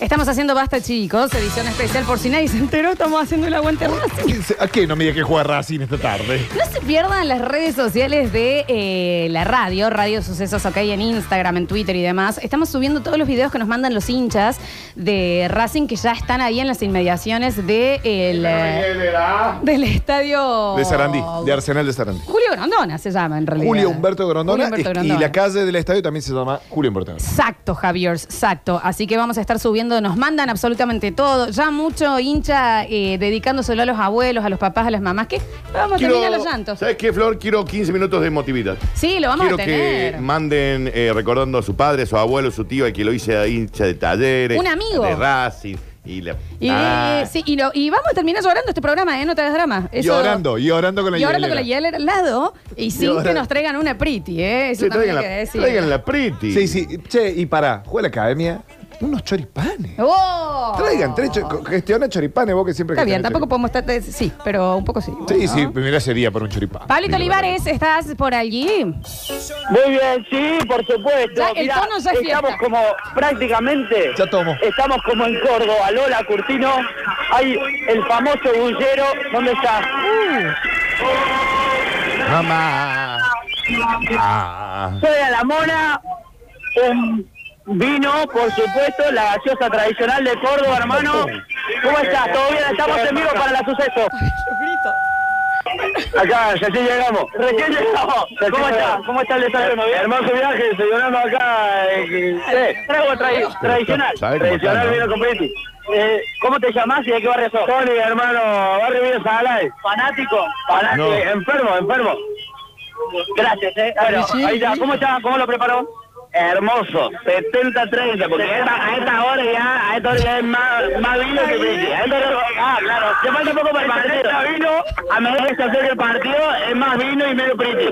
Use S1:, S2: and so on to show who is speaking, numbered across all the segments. S1: Estamos haciendo Basta, chicos, edición especial. Por si nadie se enteró, estamos haciendo el aguante Racing.
S2: ¿A qué no me diga que juega Racing esta tarde?
S1: No se pierdan las redes sociales de eh, la radio, Radio Sucesos acá y en Instagram, en Twitter y demás. Estamos subiendo todos los videos que nos mandan los hinchas de Racing que ya están ahí en las inmediaciones de el, eh, del estadio...
S2: De Sarandí, de Arsenal de Sarandí.
S1: Julio Grondona se llama en realidad.
S2: Julio Humberto
S1: Julio
S2: Grondona,
S1: Humberto
S2: es-
S1: Grondona.
S2: y la calle del estadio también se llama Julio Humberto Grondona.
S1: Exacto, Javier, exacto. Así que vamos a estar subiendo, nos mandan absolutamente todo. Ya mucho hincha eh, dedicándoselo a los abuelos, a los papás, a las mamás. ¿Qué? Vamos a terminar los llantos.
S3: ¿Sabes qué, Flor? Quiero 15 minutos de emotividad.
S1: Sí, lo vamos
S3: Quiero
S1: a tener.
S3: que manden eh, recordando a su padre, su abuelo, su tío, al que lo hice hincha de talleres.
S1: Un amigo.
S3: De Racing. Y, la-
S1: Y,
S3: Ah.
S1: eh, sí, y, lo- y vamos a terminar llorando este programa, ¿eh? No te hagas drama.
S2: Y orando, y orando con la
S1: Y orando con la
S2: hielera.
S1: hielera al lado y sin que
S2: orando.
S1: nos traigan una pretty, ¿eh? Eso
S3: Che,
S1: también
S3: traigan,
S1: hay que
S3: la,
S1: decir.
S3: traigan la Pretty.
S2: Sí, sí. Che, y pará, juega la academia. Unos choripanes.
S1: ¡Oh!
S2: Traigan, tres cho- co- gestiona choripanes vos que siempre
S1: Está bien,
S2: gestionás
S1: tampoco podemos estar. eh, Sí, pero un poco sí.
S2: choripanes. Sí,
S1: ¿no?
S2: sí, primera sería por un choripán.
S1: Pablito
S2: Digo,
S1: Olivares, ¿estás por allí?
S4: Muy bien, sí, por supuesto.
S1: Ya, el
S4: Mirá,
S1: tono ya es
S4: estamos
S1: fiesta.
S4: como prácticamente.
S2: Ya tomo.
S4: Estamos como en Córdoba, Lola Curtino. Hay el famoso bullero. ¿Dónde está?
S3: Mamá. Ah.
S4: Soy a la mona. Un vino, por supuesto, la gaseosa tradicional de Córdoba, hermano. ¿Cómo estás? ¿Todo bien? Estamos en vivo para la suceso.
S5: Acá, recién llegamos.
S4: Recién llegamos. ¿Cómo estás? ¿Cómo está el desayuno? ¿Bien?
S5: Hermoso viaje, desayunando acá. eh, eh,
S4: Trago tra- tradicional.
S3: ¿Sabe cómo está,
S5: tradicional
S3: no?
S5: vino con Petit.
S4: Eh, ¿Cómo te llamás y de qué barrio sos?
S5: Tony, hermano, barrio Villa Salay.
S4: Fanático.
S5: Para-
S3: No.
S5: eh, enfermo, enfermo.
S4: Gracias, eh. Bueno, ahí está. ¿Cómo está? ¿Cómo lo preparó?
S5: Hermoso, 70-30, porque esta- a esta hora ya, a esta hora ya es más, más vino que Petit. A esta hora- ah, claro,
S4: Te falta poco para el partido.
S5: Está vino, a medida que se acerca el partido, es más vino y menos Petit.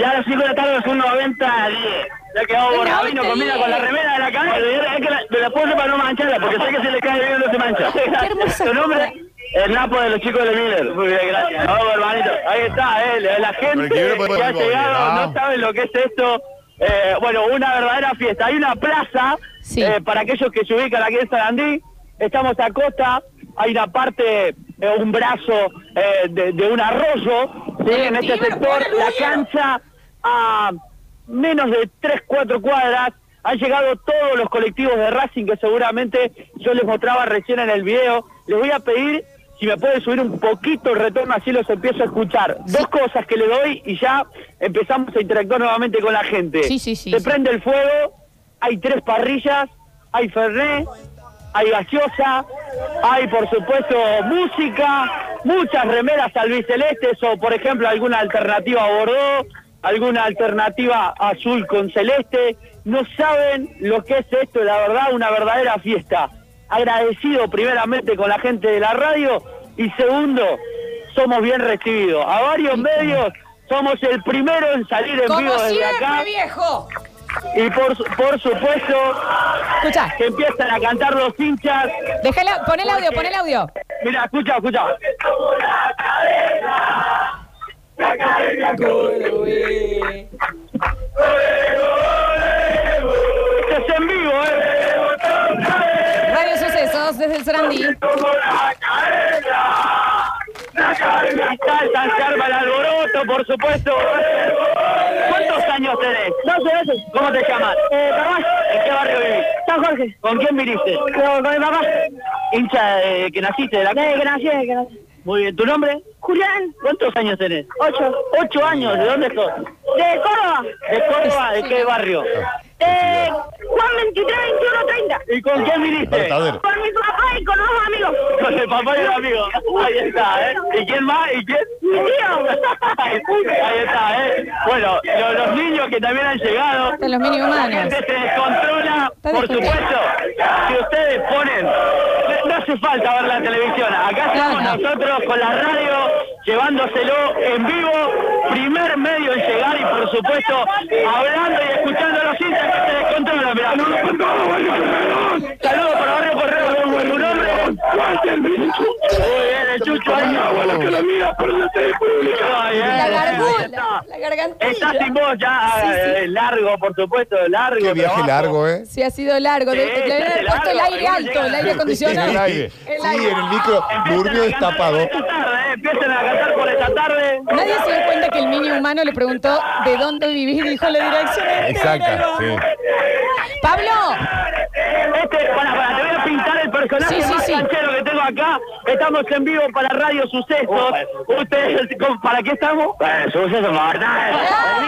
S4: Ya a las 5 de la tarde son 90 a 10. Ya quedó
S1: Una
S4: borrado vino
S1: henta
S4: comida
S1: diez.
S4: con la remera de la cara.
S5: Es que la, me la puse para no mancharla, porque sé que si le cae el vino no se mancha.
S1: hermosa
S5: ¿Tu nombre? El Napo de los chicos de Miller. Muy bien, gracias. Vamos, hermanito.
S4: Ahí está, eh, la- la gente
S3: Porque yo no puedo
S4: que ha
S3: poner
S4: llegado,
S3: bola, ¿no?
S4: no saben lo que es esto. Eh, bueno, una verdadera fiesta. Hay una plaza,
S1: Sí.
S4: eh, para aquellos que se ubican aquí en Sarandí, estamos a costa, hay una parte, eh, un brazo eh, de, de un arroyo, ¿sí? en este
S1: Tío,
S4: sector,
S1: ponelo,
S4: la
S1: Diego.
S4: cancha a menos de 3, 4 cuadras. Han llegado todos los colectivos de Racing que seguramente yo les mostraba recién en el video. Les voy a pedir si me pueden subir un poquito el retorno, así los empiezo a escuchar. Dos cosas que le doy y ya empezamos a interactuar nuevamente con la gente.
S1: Sí, sí, sí,
S4: Se
S1: sí.
S4: prende el fuego, hay tres parrillas, hay Fernet, hay gaseosa, hay por supuesto música, muchas remeras albicelestes o por ejemplo alguna alternativa bordeaux, alguna alternativa azul con celeste. No saben lo que es esto, la verdad, una verdadera fiesta. Agradecido primeramente con la gente de la radio y segundo, somos bien recibidos. A varios medios somos el primero en salir en
S1: Como
S4: vivo desde
S1: siempre,
S4: acá
S1: viejo.
S4: y por, su- por supuesto
S1: Escucha,
S4: que empiezan a cantar los hinchas
S1: déjala, pon el audio, pon el audio.
S4: Mira, escucha, escucha. Esto es en vivo, ¿eh?
S1: Radio Sucesos desde el Sarandí.
S4: Y saltan, se arma el alboroto, por supuesto. ¿Cuántos años tenés? 12 veces. ¿Cómo te llamas? Eh, ¿En qué barrio vivís? San Jorge. ¿Con quién viniste? Con, mi papá. ¿Hincha de que naciste? De la... que nací, que nací. Muy bien, ¿tu nombre? Julián. ¿Cuántos años tenés? Ocho. ¿Ocho años? ¿De dónde sos? De Córdoba. ¿De Córdoba? ¿De qué barrio?
S6: Eh, Juan 23, 21, 30.
S4: ¿Y con quién viniste?
S2: Tadero.
S6: Con mi papá y con unos amigos.
S4: Con el papá y el amigo. Ahí está, ¿eh? ¿Y quién más? ¿Y quién?
S6: Mi tío.
S4: Ahí está, ¿eh? Bueno, lo- los niños que también han llegado.
S1: De los mini
S4: La
S1: humanos.
S4: gente se descontrola,
S1: Está
S4: por
S1: descontrolada.
S4: supuesto. Si ustedes ponen... No hace falta ver la televisión. Acá estamos
S1: Claro.
S4: nosotros con la radio, llevándoselo en vivo, primer medio en llegar y por supuesto hablando y escuchando a los hinchas que se descontrolan. Mirá. Saludos para Barrio Correo, tu nombre. Muy bien, el Chucho. ahí. Muy bien,
S1: La
S4: ahí
S1: gargula,
S4: está.
S1: la gargantilla.
S4: Está sin voz ya,
S1: Sí, sí.
S4: eh, largo, por supuesto, largo.
S2: Qué viaje
S4: trabajo.
S2: largo, ¿eh?
S1: Sí, ha sido largo.
S4: Sí,
S1: Le, le
S4: se hace
S1: habían puesto el
S4: largo,
S1: aire
S4: no
S1: alto, el
S4: llega.
S1: aire
S2: En el
S1: acondicionado.
S2: aire. Sí, en el micro.
S4: Empiecen a
S2: Durmió
S4: cantar por
S2: destapado.
S4: esta tarde, eh, Empiecen a cantar por esta tarde.
S1: Nadie se dio cuenta que el mini humano le preguntó de dónde vivís y dijo la dirección. este
S3: Exacta, sí.
S1: Pablo,
S4: Este, para, para, te voy a pintar el personaje
S1: Sí, sí,
S4: más
S1: sí.
S4: canchero que tengo acá. Estamos en vivo para Radio Sucesos. Ustedes, ¿con- ¿para qué estamos? Ah.
S5: Suceso,
S1: Bravo.
S5: ¿verdad?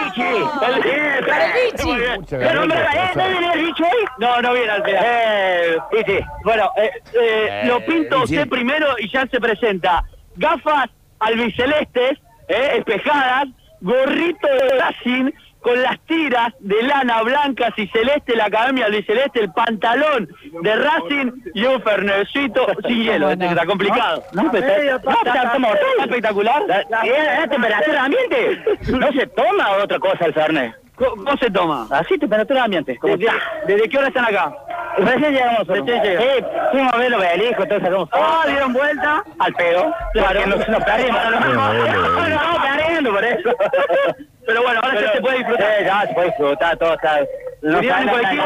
S4: Bichi. El-
S1: para el bichi.
S4: Pero, hombre, ¿eh? ¿No viene el bicho hoy? No, no viene al final. Eh, Bichi. Bueno, eh, eh,
S3: Eh,
S4: lo pinto
S3: Bichi.
S4: usted primero y ya se presenta. Gafas albicelestes, eh, espejadas, gorrito de Racing con las tiras de lana blancas y celeste, la academia albiceleste, el pantalón de Racing y un fernecito sin hielo. Este que está complicado. No, pero está, no, está- como- está espectacular. ¿Es temperatura ambiente? No se toma otra cosa el fernet. ¿Cómo se toma? Así, temperatura ambiente. ¿Desde, ¿Desde qué hora están acá? Recién llegamos. Recién llegamos. Sí, fuimos a ver los belicosos, entonces sacamos. Ah, dieron vuelta. Al pedo. Claro. que nos, nos perdimos. No, no, no, no, perdiendo por eso. Pero bueno, ahora ya se puede disfrutar. ya se puede disfrutar, todo está... ¿Vinieron en colectivo?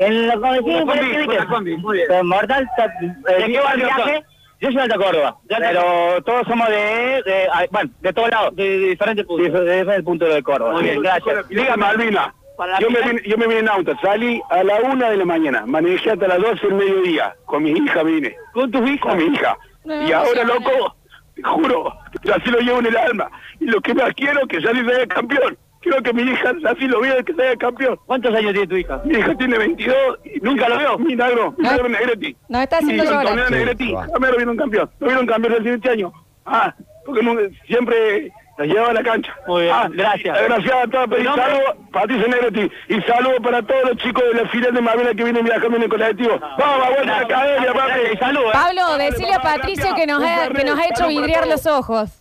S5: En lo
S4: Con
S5: conocido,
S4: la combi, con la combi, muy bien.
S5: Pero Mortal está- eh,
S4: qué barrio
S5: viaje?
S4: sos?
S5: Yo soy de Alta Córdoba,
S4: De Alta
S5: pero todos somos de, de- ah, bueno, de todos lados.
S4: De, de diferentes
S5: Sí,
S4: puntos.
S5: de- de- de punto de Córdoba.
S4: Muy bien, gracias. Dígame,
S7: Malvina.
S4: Para la
S7: Yo me,
S4: final.
S7: vine, yo me vine en auto, salí a la una de la mañana, manejé hasta las 12 del mediodía, con mi hija vine,
S4: ¿Con tus hijos?
S7: con mi hija.
S1: No,
S7: y ahora,
S1: sí,
S7: loco, te juro, yo así lo llevo en el alma. Y lo que más quiero es que Sally sea campeón. Quiero que mi hija así lo vea que sea campeón.
S4: ¿Cuántos años tiene tu hija?
S7: Mi hija tiene 22 y nunca lo veo. Milagro,
S1: ¿Ah?
S7: milagro Negretti.
S1: No, está haciendo
S7: Mi hija,
S1: llorar.
S7: Antonella
S2: Sí,
S7: Negretti,
S2: va.
S7: jamás lo vieron campeón. Lo vieron campeón recién este año. Ah, porque nunca- siempre la llevaba a la cancha.
S4: Muy bien,
S7: Ah,
S4: gracias.
S7: Gracias a todos.
S4: ¿Tu
S7: Y
S4: nombre?
S7: saludo, Patricio Negretti. Y saludo para todos los chicos de la filial de Mavela que vienen viajando en el colectivo. Vamos, vuelta a la academia, papi.
S4: Salud, eh.
S1: Pablo, decile a Patricio que nos ha, que nos ha hecho vidriar los ojos.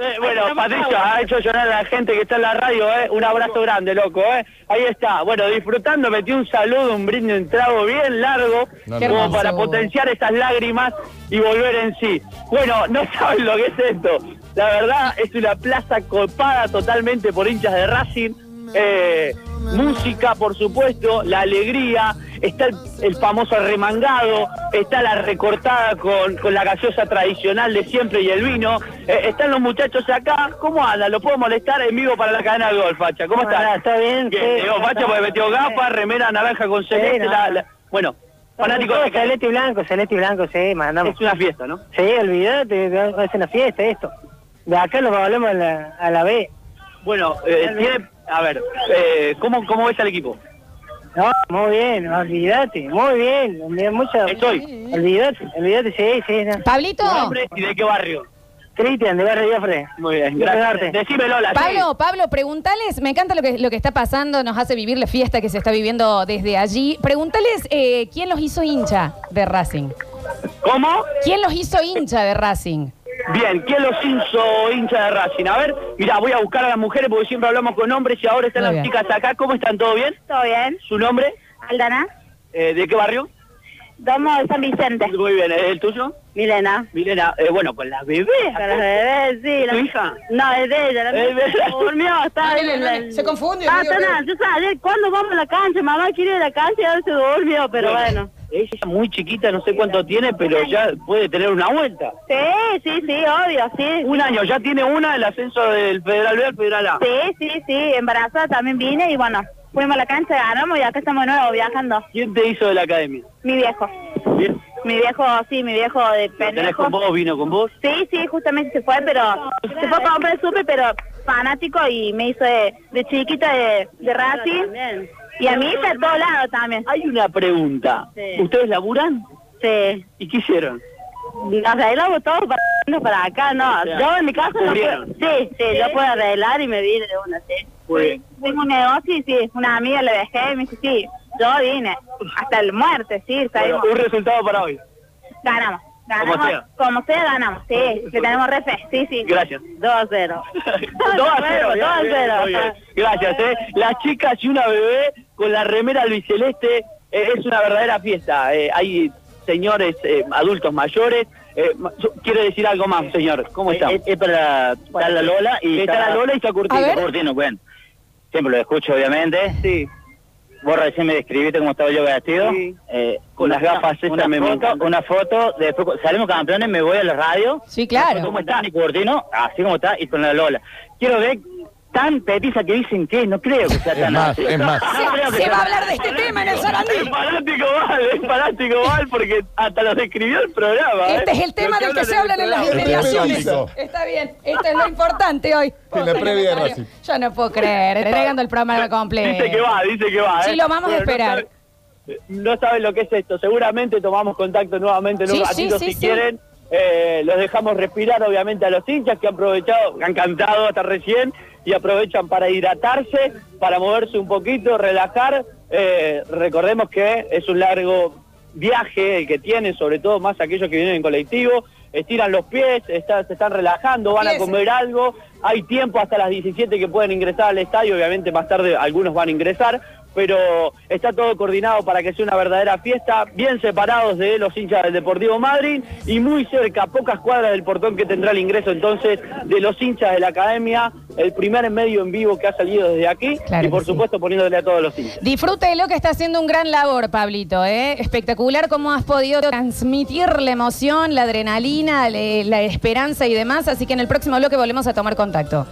S4: Eh, bueno, Patricio, ha hecho llorar a la gente que está en la radio, ¿eh? Un abrazo grande, loco, ¿eh? Ahí está. Bueno, disfrutando, metí un saludo, un brinde, un trago bien largo,
S1: no.
S4: como
S1: Hermoso.
S4: para potenciar esas lágrimas y volver en sí. Bueno, no saben lo que es esto. La verdad, es una plaza copada totalmente por hinchas de Racing. Eh, música, por supuesto, la alegría, está el, el famoso remangado, está la recortada con, con la gaseosa tradicional de siempre y el vino. Eh, están los muchachos acá, ¿cómo andan? ¿Lo puedo molestar en vivo para la cadena de gol, Facha? ¿Cómo están?
S5: está bien.
S4: Bien, digo, Facha porque metió gafas, remera naranja con celeste,
S5: no.
S4: la- la- bueno, fanático de Celeste
S5: Celeste y Blanco, Celeste y Blanco, sí, mandamos.
S4: es una fiesta, ¿no?
S5: Sí, olvídate, es una fiesta esto. De acá lo volvemos a la, a la B.
S4: Bueno, eh, tiene, a ver, eh, ¿cómo, ¿cómo ves al equipo?
S5: No, muy bien, olvídate, muy bien, olvídate, mucha...
S4: Estoy.
S5: Olvídate, olvídate, sí, sí, no.
S1: Pablito,
S4: ¿Nombre y de qué barrio?
S5: Cristian, de Barrio Diafre.
S4: Muy bien,
S5: gracias.
S4: gracias. Decime Lola. sí.
S1: Pablo, Pablo, preguntales, me encanta lo que, lo que está pasando, nos hace vivir la fiesta que se está viviendo desde allí. Preguntales eh, quién los hizo hincha de Racing.
S4: ¿Cómo?
S1: ¿Quién los hizo hincha de Racing?
S4: Bien, ¿quién los hizo hincha de Racing? A ver, mirá, voy a buscar a las mujeres porque siempre hablamos con hombres y ahora están
S1: Muy
S4: las
S1: bien.
S4: chicas acá. ¿Cómo están? ¿Todo bien?
S6: ¿Todo bien?
S4: ¿Su nombre?
S6: Aldana,
S4: Eh, ¿De qué barrio?
S6: Domo de San Vicente.
S4: Muy bien, ¿eh, ¿el tuyo?
S6: Milena.
S4: Milena, eh, bueno, con las bebés.
S6: Para los bebés, sí.
S4: ¿Tu hija?
S6: No, es de ella. La
S4: Es de Ah, ella.
S6: Durmió, está
S1: No,
S6: en
S1: no,
S6: el-
S1: no,
S6: el-
S1: se confundió,
S6: Ah,
S1: digo,
S6: está nada,
S1: pero-
S6: yo sabía, ¿cuándo vamos a la cancha? Mamá quiere ir a la cancha y ahora se durmió, pero bueno.
S4: Ella es muy chiquita, no sé cuánto tiene, pero ya puede tener una vuelta.
S6: Sí, sí, sí, obvio, sí.
S4: Un año, ya tiene una el ascenso del Federal B al Federal A.
S6: Sí, sí, sí, embarazada también vine y bueno, fuimos a la cancha, ganamos y acá estamos de nuevo viajando.
S4: ¿Quién te hizo de la academia?
S6: Mi viejo,
S4: Bien.
S6: mi viejo, sí, mi viejo de
S4: ¿Lo tenés con
S6: pendejo.
S4: vos? ¿Vino con vos?
S6: Sí, sí, justamente se fue, pero se fue a comprar el súper, pero fanático y me hizo de, de chiquita de, de Racing. Y a mí está a todos lados también.
S4: Hay una pregunta.
S6: Sí.
S4: ¿Ustedes laburan?
S6: Sí.
S4: ¿Y qué hicieron?
S6: No, arreglamos todo para, irnos para acá, no.
S4: O sea,
S6: yo en mi casa no puedo.
S4: cubrieron.
S6: Sí, sí, yo puedo arreglar y me vine de una, sí.
S4: Muy bien.
S6: Tengo un negocio y sí, una amiga le dejé y me dice, sí, yo vine. Hasta el muerte, sí,
S4: Bueno,
S6: salimos.
S4: un resultado para hoy.
S6: Ganamos. Ganamos,
S5: Como sea. Ah,
S6: como sea, ganamos, sí, le tenemos re fe, sí, sí.
S5: Gracias.
S6: 2 a 0.
S5: 2 a 0,
S6: dos a cero.
S5: Gracias, eh. Las chicas y una bebé con la remera albiceleste eh, es una verdadera fiesta. Eh, hay señores eh, adultos mayores. Eh, ma- yo- quiero decir algo más, señor. ¿Cómo está? Eh, Es, para, la Lola y está, la Lola y está Curtino.
S1: A ver.
S5: Curtino, bueno. Siempre lo escucho, obviamente. Sí. Vos recién me describiste cómo estaba yo vestido. con las gafas
S4: una
S5: me
S4: foto-
S5: Una foto, después salimos campeones, me voy a la radio.
S1: Sí, claro.
S5: ¿Cómo está? Nico Cortino, así como está, y con la Lola. Quiero ver tan petiza que dicen que es, no creo que sea
S2: Es
S5: tan
S2: más, es más.
S5: creo que
S1: Se
S5: sea-
S1: va a hablar de este tema en el
S4: Es
S1: Sarandí.
S4: fanático mal, es fanático mal porque hasta nos escribió el programa. ¿eh?
S1: Este es el tema del que se hablan en las
S2: Este es
S1: inmediaciones.
S2: básico.
S1: Está bien, esto es lo importante hoy.
S2: En la previa de Racing.
S1: Yo no puedo creer, entregando el programa completo.
S4: Dice que va, dice que va. ¿eh?
S1: Sí, lo vamos a
S4: Pero no
S1: esperar.
S4: sabe- eh, No saben lo que es esto. Seguramente tomamos contacto nuevamente en un
S1: Sí, sí,
S4: ratito
S1: sí,
S4: si
S1: sí.
S4: quieren. Eh, los dejamos respirar, obviamente, a los hinchas que han aprovechado, que han cantado hasta recién y aprovechan para hidratarse, para moverse un poquito, relajar. Eh, recordemos que es un largo viaje el que tienen, sobre todo más aquellos que vienen en colectivo. Estiran los pies, está- se están relajando, van a
S1: Pies.
S4: comer algo. Hay tiempo hasta las 17 que pueden ingresar al estadio. Obviamente más tarde algunos van a ingresar, pero está todo coordinado para que sea una verdadera fiesta, bien separados de los hinchas del Deportivo Madrid y muy cerca, a pocas cuadras del portón que tendrá el ingreso entonces de los hinchas de la academia, el primer medio en vivo que ha salido desde aquí
S1: Claro
S4: y por
S1: que sí.
S4: supuesto poniéndole a todos los hinchas.
S1: Disfrute lo que está haciendo un gran labor, Pablito. ¿eh? Espectacular cómo has podido transmitir la emoción, la adrenalina, le- la esperanza y demás. Así que en el próximo bloque volvemos a tomar contacto.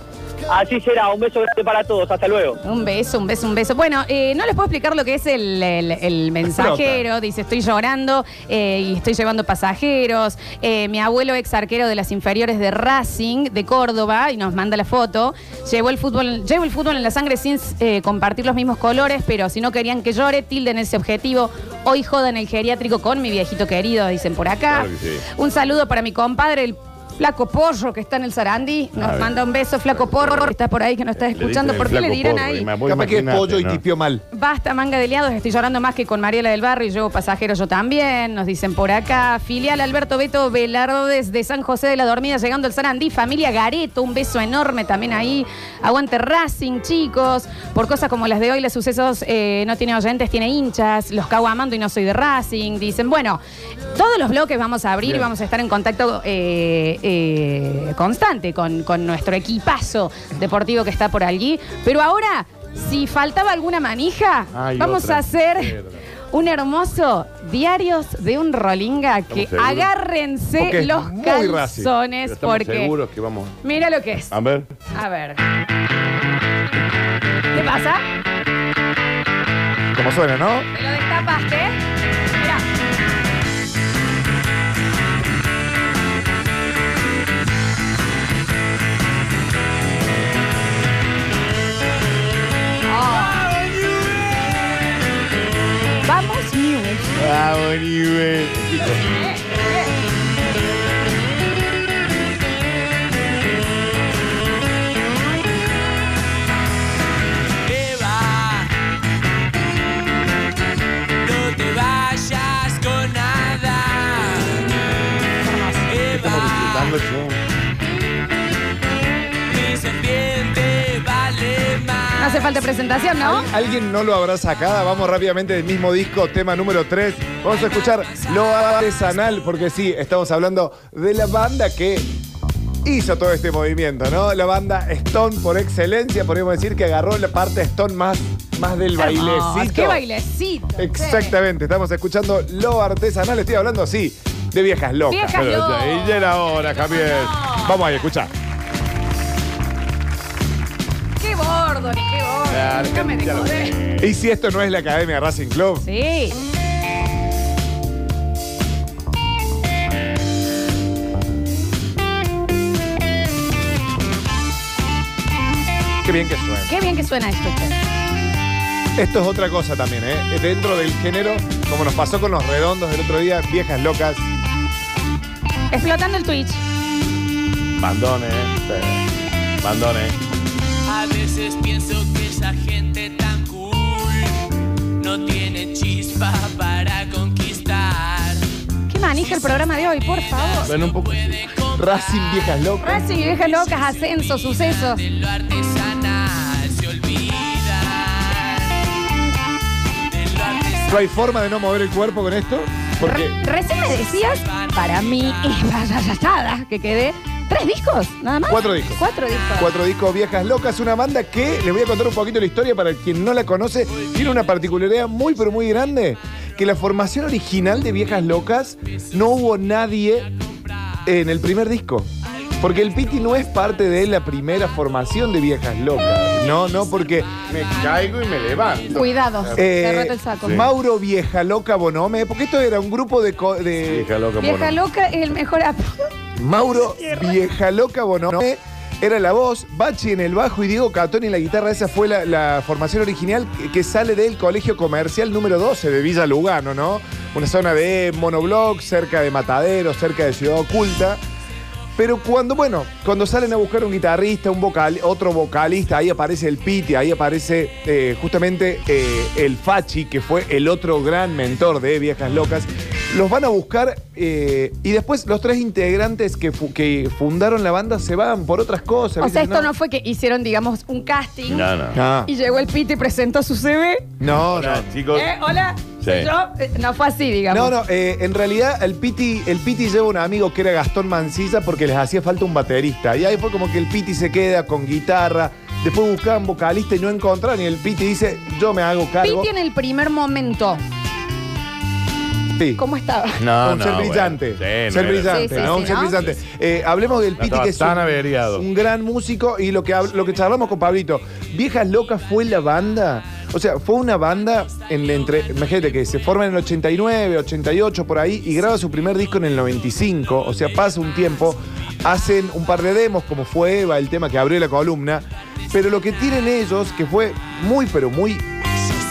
S4: Así será, un beso grande para todos, hasta luego.
S1: Un beso, un beso, un beso. Bueno, eh, no les puedo explicar lo que es el, el- el mensajero. Dice, estoy llorando eh, y estoy llevando pasajeros. Eh, mi abuelo, ex arquero de las inferiores de Racing, de Córdoba, y nos manda la foto. Llevó el fútbol, llevo el fútbol en la sangre sin eh, compartir los mismos colores, pero si no querían que llore, tilden ese objetivo. Hoy jodan el geriátrico con mi viejito querido, dicen por acá.
S3: Claro que sí.
S1: Un saludo para mi compadre, el flaco porro que está en el Sarandí.
S3: A
S1: Nos
S3: ver.
S1: manda un beso, flaco porro, que está por ahí, que nos está
S3: Le dicen
S1: escuchando.
S3: el
S1: ¿Por qué le
S3: flaco
S1: dirán
S3: porro,
S1: ahí?
S3: y me- Ah, vos
S2: Capaz que es
S3: imaginate,
S2: pollo y
S3: ¿no?
S2: tipió mal.
S1: Basta, manga de liados, estoy llorando más que con Mariela del Barrio y llevo pasajeros yo también, nos dicen por acá. Filial Alberto Beto Velardo desde San José de la Dormida, llegando al Sarandí, familia Gareto, un beso enorme también ahí. Aguante Racing, chicos. Por cosas como las de hoy, los sucesos eh, no tiene oyentes, tiene hinchas, los cago amando y no soy de Racing, dicen. Bueno, todos los bloques vamos a abrir y
S2: Bien.
S1: vamos a estar en contacto eh, eh, constante con, con nuestro equipazo deportivo que está por allí. Pero ahora... Si faltaba alguna manija,
S3: Hay
S1: vamos
S3: otra.
S1: a hacer
S3: Mierda.
S1: un hermoso diarios de un rolinga que
S3: seguros?
S1: agárrense
S2: Porque es
S1: los
S2: muy
S3: Pero
S1: calzones
S3: estamos
S1: porque
S3: seguros que vamos.
S1: mira lo que es.
S3: A ver.
S1: A ver. ¿Qué pasa?
S2: Como suena, ¿no?
S1: Te lo destapaste. ¿eh? Mira.
S3: Oh.
S1: Vamos News.
S8: te va. No te vayas con nada.
S3: Estamos disfrutando,
S8: Eva,
S3: che.
S8: mi serpiente vale más.
S1: No hace falta presentación, ¿no?
S2: ¿Alguien no lo habrá sacado? Vamos rápidamente del mismo disco, tema número 3. Vamos a escuchar Lo Artesanal, porque sí, estamos hablando de la banda que hizo todo este movimiento, ¿no? La banda Stone por excelencia, podríamos decir que agarró la parte Stone más, más del
S1: Hermoso,
S2: bailecito.
S1: ¡Qué bailecito! che.
S2: Exactamente, estamos escuchando Lo Artesanal, estoy hablando así, de viejas locas.
S1: Viejas
S3: Pero
S1: locas. Ah,
S3: ya- Y ya era hora, Javier.
S1: No.
S3: Vamos ahí, escucha.
S1: ¡Qué bordo! ¡Qué bordo!
S3: Claro,
S1: no me
S3: ya lo
S1: dejodé.
S2: Y si esto no es la Academia Racing Club,
S1: Sí.
S2: qué bien que suena.
S1: Qué bien que suena esto. che.
S2: Esto es otra cosa también, ¿eh? Dentro del género, como nos pasó con los redondos del otro día, viejas locas.
S1: Explotando el Twitch.
S3: Bandones. eh. Bandones.
S8: A veces pienso que esa gente tan cool no tiene chispa para conquistar.
S1: Qué manija el programa de hoy, por favor.
S2: Bueno, un poco. Racing Viejas Locas.
S1: Racing, viejas locas, ascensos, sucesos.
S8: de lo artesanal se olvida. De lo artesanal
S2: ¿No hay forma de no mover el cuerpo con esto? Porque
S1: Re- recién me decías, para mí es basallazada, que quedé tres discos, nada más.
S2: Cuatro discos.
S1: Cuatro discos.
S2: Cuatro discos Viejas Locas, una banda que, les voy a contar un poquito la historia para quien no la conoce, tiene una particularidad muy pero muy grande, que la formación original de Viejas Locas no hubo nadie en el primer disco. Porque el Piti no es parte de la primera formación de Viejas Locas. No, no, porque
S3: Me caigo y me levanto.
S1: Cuidado,
S2: eh,
S1: se rota el saco.
S2: Mauro Vieja Loca Bonome, eh, porque esto era un grupo de... co- de-
S3: Vieja loca,
S1: Vieja
S3: mono.
S1: loca es el mejor apodo.
S2: Mauro Vieja Loca Bonome era la voz, Bachi en el bajo y Diego Catoni en la guitarra. Esa fue la, la formación original que- que sale del Colegio Comercial número 12 de Villa Lugano, ¿no? Una zona de monobloc, cerca de Matadero, cerca de Ciudad Oculta. Pero cuando, bueno, cuando salen a buscar un guitarrista, un vocal, otro vocalista, ahí aparece el Piti, ahí aparece eh, justamente eh, el Fachi, que fue el otro gran mentor de Viejas Locas. Los van a buscar eh, y después los tres integrantes que, fu- que fundaron la banda se van por otras cosas.
S1: O
S2: ¿viste?
S1: sea, esto no fue que hicieron, digamos, un casting
S3: No, no.
S2: Ah,
S1: y llegó el Piti y presentó su CV.
S2: no, no.
S3: Hola, chicos.
S1: Eh, hola,
S3: Sí.
S1: soy yo. Eh, No fue así, digamos.
S2: No, no, eh, en realidad el Piti, el Piti lleva un amigo que era Gastón Mancilla porque les hacía falta un baterista. Y ahí fue como que el Piti se queda con guitarra. Después buscaban vocalista y no encontraban. Y el Piti dice, yo me hago cargo.
S1: Piti en el primer momento.
S2: Sí.
S1: ¿Cómo estaba?
S3: No,
S2: un
S3: no,
S2: ser
S3: bueno.
S2: brillante.
S3: Sí, no
S2: ser
S3: era-
S2: brillante,
S1: Sí, sí,
S2: ¿no?
S1: sí,
S2: Un ser
S1: ¿no?
S2: brillante. Eh, hablemos del
S3: No
S2: Piti,
S3: estaba
S2: que es
S3: tan
S2: un-
S3: averiado.
S2: un gran músico. Y lo que, hab- lo que charlamos con Pablito, Viejas Locas fue la banda. O sea, fue una banda en la entre. Imagínate que se forma en el 89, 88, por ahí, y graba su primer disco en el 95. O sea, pasa un tiempo. Hacen un par de demos, como fue Eva, el tema que abrió la columna. Pero lo que tienen ellos, que fue muy, pero muy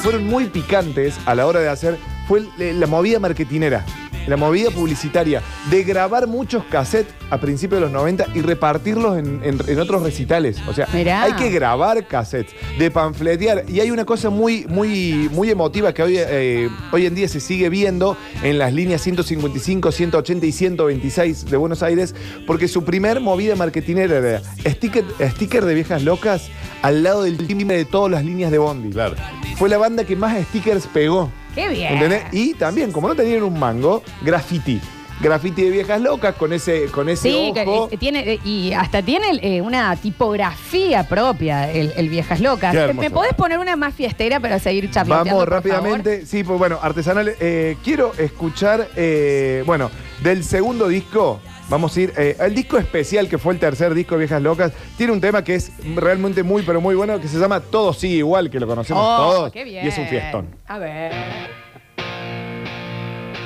S2: fueron muy picantes a la hora de hacer fue el- eh, la movida marketinera, la movida publicitaria, de grabar muchos cassettes a principios de los 90 y repartirlos en, en- en otros recitales. O sea,
S1: Mirá.
S2: hay que grabar cassettes, de panfletear. Y hay una cosa muy, muy, muy emotiva que hoy, eh, hoy en día se sigue viendo en las líneas 155, 180 y 126 de Buenos Aires, porque su primer movida marketinera era sticker, sticker de viejas locas al lado del timbre de todas las líneas de Bondi
S3: Claro.
S2: fue la banda que más stickers pegó.
S1: Qué bien.
S2: ¿Entendés? Y también, como no tenían un mango, graffiti. Graffiti de viejas locas con ese, con ese
S1: Sí, que,
S2: ojo.
S1: eh, tiene, eh, y hasta tiene eh, una tipografía propia el, el Viejas Locas.
S3: Qué
S1: Eh,
S3: hermoso.
S1: ¿Me podés poner una más fiestera para seguir charlando?
S2: Vamos rápidamente. Sí, pues bueno, artesanal. eh, quiero escuchar, eh, bueno, del segundo disco. Vamos a ir eh, al disco especial que fue el tercer disco de Viejas Locas. Tiene un tema que es realmente muy, pero muy bueno, que se llama Todo sigue igual, que lo conocemos todos.
S1: Oh, qué bien.
S2: Y es un fiestón.
S1: A ver.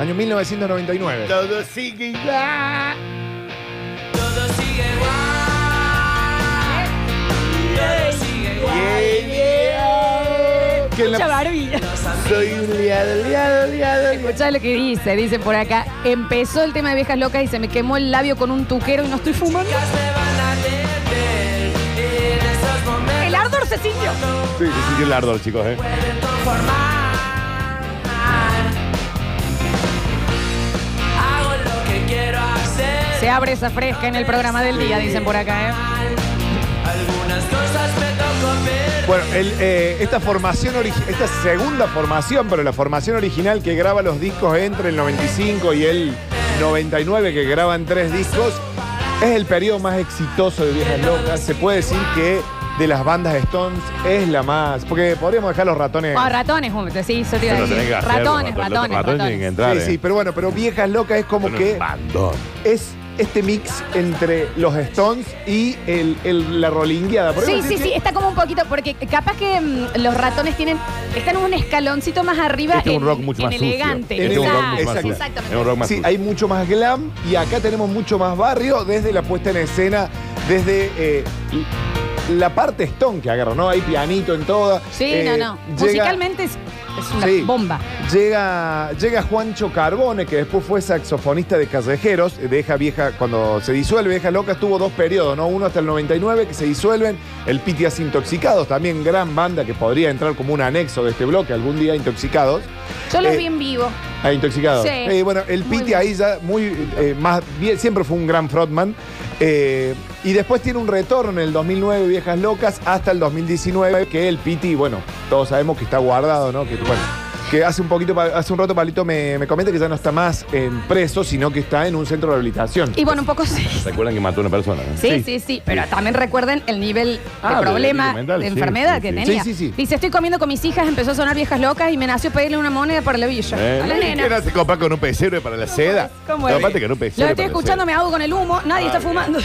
S2: Año 1999.
S3: Todo sigue igual.
S8: todo sigue igual. Todo sigue igual.
S2: Que en la-
S1: Mucha barbilla.
S3: Soy un liado, liado, liado.
S1: Escuchá lo que dice. Dice por acá, empezó el tema de Viejas Locas y se me quemó el labio con un tuquero y no estoy fumando.
S8: Ya se van a tener en esos momentos.
S1: El ardor se sintió.
S3: Sí, sí, sí, el ardor, chicos, ¿eh?
S8: pueden conformar. Hago lo que quiero hacer.
S1: Se abre esa fresca en el programa del día, dicen por acá, ¿eh?
S8: Algunas cosas me tocó ver.
S2: Bueno, el, eh, esta formación, origi- esta segunda formación, pero la formación original que graba los discos entre el 95 y el 99, que graban tres discos, es el periodo más exitoso de Viejas Locas. Se puede decir que de las bandas Stones es la más. Porque podríamos dejar los ratones.
S1: Ah, ratones, hombre. Sí, eso te iba a
S3: Pero
S1: decir.
S3: tenés que hacerlo,
S1: Ratones,
S3: Los
S1: ratones,
S3: tienen que
S1: ratones.
S3: entrar.
S2: sí, sí,
S3: ¿eh?
S2: pero bueno, pero Viejas Locas es como
S3: Son un
S2: que
S3: bandón.
S2: es este mix entre los Stones y el, el- la rolingueada.
S1: Sí,
S2: Podríamos
S1: sí,
S2: decir
S1: sí,
S2: que-
S1: está como un poquito, porque capaz que mm, los ratones tienen, están un escaloncito más arriba
S3: Este es
S1: en,
S3: un rock mucho
S1: en
S3: más sucio.
S1: elegante.
S3: Este es un rock mucho más
S1: Exacto,
S3: sucio.
S1: Exactamente.
S3: Es un rock más
S2: Sí,
S3: sucio.
S2: hay mucho más glam y acá tenemos mucho más barrio desde la puesta en escena, desde eh, la parte stone que agarra, ¿no? Hay pianito en toda.
S1: Sí,
S2: Eh,
S1: no, no.
S2: llega-
S1: Musicalmente es, es una
S2: Sí.
S1: bomba.
S2: Llega, llega Juancho Carbone, que después fue saxofonista de Callejeros, eh, deja vieja, cuando se disuelve, deja loca, tuvo dos periodos, ¿no? Uno hasta el 99, que se disuelven, el Pitias Intoxicados, también gran banda que podría entrar como un anexo de este bloque algún día, Intoxicados.
S1: Yo los
S2: Eh,
S1: vi en vivo.
S2: Ah, Intoxicados.
S1: Sí.
S2: Eh, bueno, el
S1: Muy
S2: Piti
S1: bien.
S2: ahí ya muy eh, más bien, siempre fue un gran frontman. Eh, y después tiene un retorno en el 2009, Viejas Locas, hasta el 2019, que el Piti, bueno, todos sabemos que está guardado, ¿no? Que, bueno, que hace un poquito, pa- hace un rato Palito me, me comenta que ya no está más en preso, sino que está en un centro de rehabilitación.
S1: Y bueno, un poco sí.
S3: Recuerdan que mató a una persona. ¿no?
S1: Sí, sí, sí, pero también recuerden el nivel
S3: Ah,
S1: de
S3: de
S1: problema,
S3: delito mental,
S1: de
S3: sí,
S1: enfermedad
S3: sí,
S1: que
S3: sí.
S1: tenía.
S2: Sí, sí, sí.
S1: Dice, estoy comiendo con mis hijas, empezó a sonar viejas locas y me nació pedirle una moneda para la villa.
S3: Eh,
S1: a la nena.
S3: ¿Quién hace copa con un pesebre para la seda?
S1: ¿Cómo
S3: No,
S1: es?
S3: aparte que no
S1: Lo
S3: un pesebre.
S1: estoy
S3: para la
S1: escuchando, me ahogo con el humo, nadie
S3: Ah,
S1: está
S3: bien.
S1: fumando.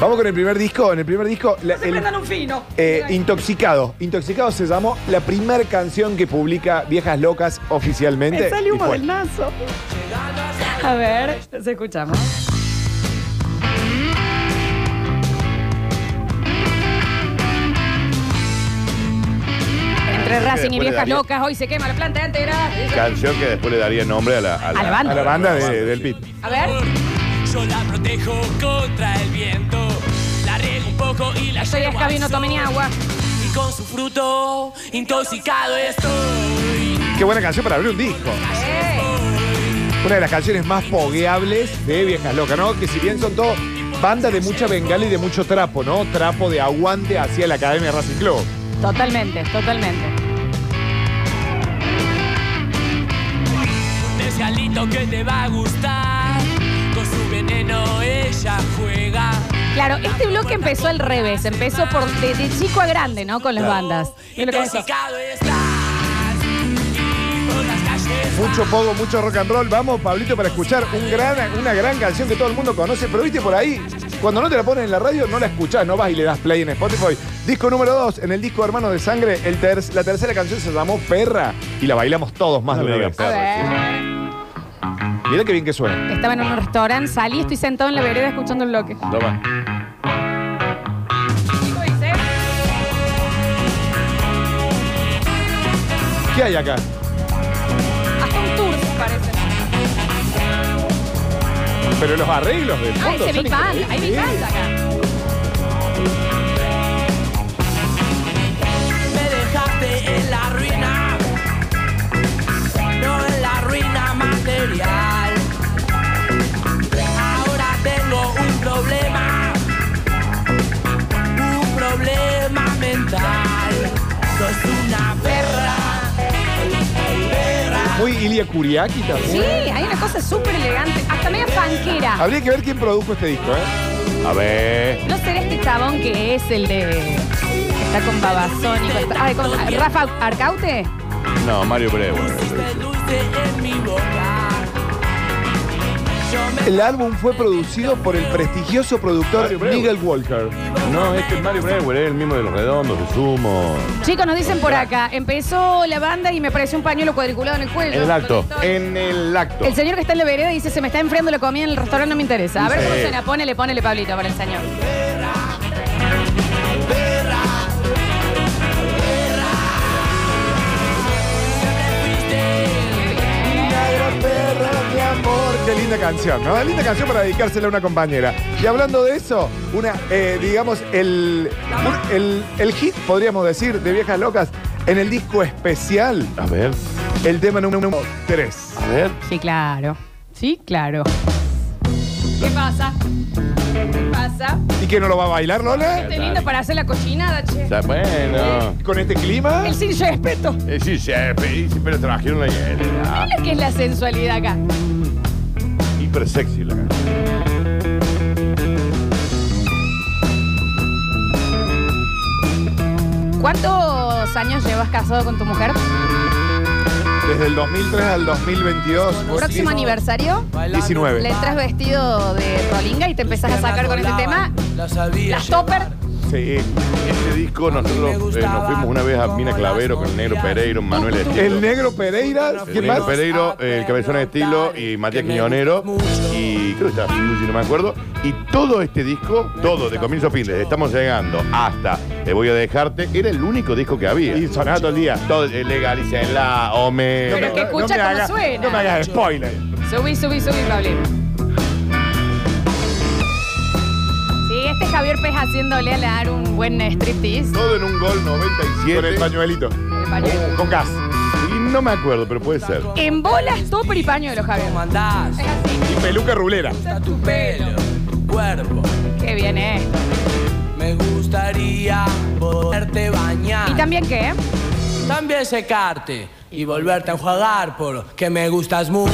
S2: Vamos con el primer disco. En el primer disco, la- el-
S1: un fino.
S2: Eh, intoxicado. Intoxicado se llamó la primera canción que publica Viejas Locas oficialmente.
S1: me sale
S2: y
S1: humo
S2: fue-
S1: del naso. A ver, nos escuchamos. Entre Racing y
S3: Después le
S1: viejas
S3: daría-
S1: locas, hoy se quema la planta entera.
S3: seda. Canción que después le daría nombre a la,
S1: A la banda.
S2: A la banda de- del
S3: sí.
S2: Pit.
S1: A ver.
S8: Yo la protejo contra el viento. La riego un poco y la
S1: Soy
S8: llevo al
S1: Escabi, no tomé ni
S8: sol.
S1: agua.
S8: Y con su fruto intoxicado estoy.
S2: Qué buena canción para abrir un disco.
S1: Eh.
S2: Una de las canciones más fogueables de Viejas Locas, ¿no? Que si bien son todo banda de mucha bengala y de mucho trapo, ¿no? Trapo de aguante hacia la Academia Racing Club.
S1: Totalmente, totalmente.
S8: Un especialito que te va a gustar. Con su veneno ella juega.
S1: Claro, este bloque empezó al revés, empezó por de, de chico a grande, ¿no? Con las bandas. Mira cómo está.
S8: Intoxicado estás. Y por las calles
S2: Mucho pogo, mucho rock and roll. Vamos, Pablito, para escuchar un gran, una gran canción que todo el mundo conoce. Pero viste por ahí, cuando no te la ponen en la radio, no la escuchás, no vas y le das play en Spotify. Disco número 2, en el disco Hermano de Sangre, el ter- la tercera canción se llamó Perra y la bailamos todos más
S3: No
S2: de
S3: me
S2: una
S3: digas
S2: vez.
S1: A
S3: perra,
S1: ver.
S2: Mirá qué bien que suena.
S1: Estaba en un restaurante, salí, estoy sentado en la vereda escuchando el bloque.
S3: sí. Toma.
S1: ¿Cómo dice?
S2: ¿Qué hay acá?
S1: Hasta un tour, parece. Ah,
S2: Pero los arreglos del
S1: Ah,
S2: fondo ¿eh?
S1: ese
S2: son
S1: Big Band,
S2: increíbles.
S1: hay Big Band acá.
S8: Me dejaste en la ruina, no en la ruina material. Ahora tengo un problema, un problema mental. No es una perra,
S2: Muy Ilia Kuriaki también.
S1: Sí, hay una cosa súper elegante, hasta media panquera.
S2: Habría que ver quién produjo este disco, ¿eh?
S3: A ver.
S1: No será este chabón que es el de. Está con Babazónico. está- Ay, con Rafa Arcaute.
S3: No, Mario Brevo.
S8: pusiste dulce en mi boca. Yo me
S2: El álbum fue producido por el prestigioso productor
S3: Mario Breuer.
S2: Miguel Walker.
S3: No, este es Mario Brewer, es el mismo de los redondos, de sumo.
S1: Chicos, nos dicen por acá, empezó la banda y me pareció un pañuelo cuadriculado en el cuello.
S3: En el acto. En el acto.
S1: El señor que está en la vereda dice, se me está enfriando la comida en el restaurante, no me interesa. A ver
S3: Sí.
S1: cómo suena, ponele, ponele, Pablito, para el señor.
S2: Una gran perra, mi amor. Qué linda canción, ¿no? Linda canción para dedicársela a una compañera. Y hablando de eso, una, eh, digamos, el, un- el, el hit, podríamos decir, de Viejas Locas, en el disco especial,
S3: A ver,
S2: el tema número 3.
S3: a ver.
S1: Sí, claro. Sí, claro. ¿Qué pasa? ¿Qué pasa?
S2: ¿Y que no lo va a bailar, Lola?
S1: Este lindo para hacer la cochinada, che.
S3: Está bueno.
S2: ¿Con este clima?
S1: El sin respeto.
S3: Eh, sí, sí, eh, sí, sí, pero trajeron la hielera.
S1: Mira que es la sensualidad acá.
S3: Hiper sexy la canción.
S1: ¿Cuántos años llevas casado con tu mujer?
S2: Desde el 2003 al 2022. vos
S1: Próximo
S2: decís,
S1: aniversario.
S2: 19.
S1: Le entras vestido de rolinga y te empezás a sacar con este tema.
S8: Las sabía
S1: Las topper.
S8: llevar.
S2: Sí.
S3: Ese Este disco nosotros eh, nos fuimos una vez a Mina Clavero con el negro Pereiro, Manuel Estilo.
S2: El negro Pereira,
S3: El
S2: ¿quién
S3: negro
S2: más?
S3: Pereiro, eh, el cabezón de estilo y Matías Quiñonero. Y creo que estaba Finucci, no me acuerdo. Y todo este disco, todo, de comienzo a fin, desde estamos llegando hasta Te voy a dejarte, era el único disco que había.
S2: Y sonaba todo el día.
S3: Todo eh, legalícenla, hombre.
S1: Pero que escucha
S2: me
S1: cómo
S2: hagas-
S1: suena.
S2: No me hagas spoiler.
S1: Subí, subí, subí, Pablín. Sí, este es Javier Pez haciéndole a dar un buen striptease.
S3: Todo en un gol 97.
S2: Con el pañuelito.
S1: de pañuelo.
S2: Con gas.
S3: Y no me acuerdo, pero puede ser.
S1: En bolas, todo y pañuelo, Javier.
S8: ¿Cómo andás?
S1: Es así.
S2: Y peluca rulera.
S8: Está tu pelo, tu cuerpo.
S1: Qué bien, ¿eh?
S8: Me gustaría poderte bañar.
S1: ¿Y también qué? eh.
S8: También secarte y volverte a enjuagar porque me gustas mucho.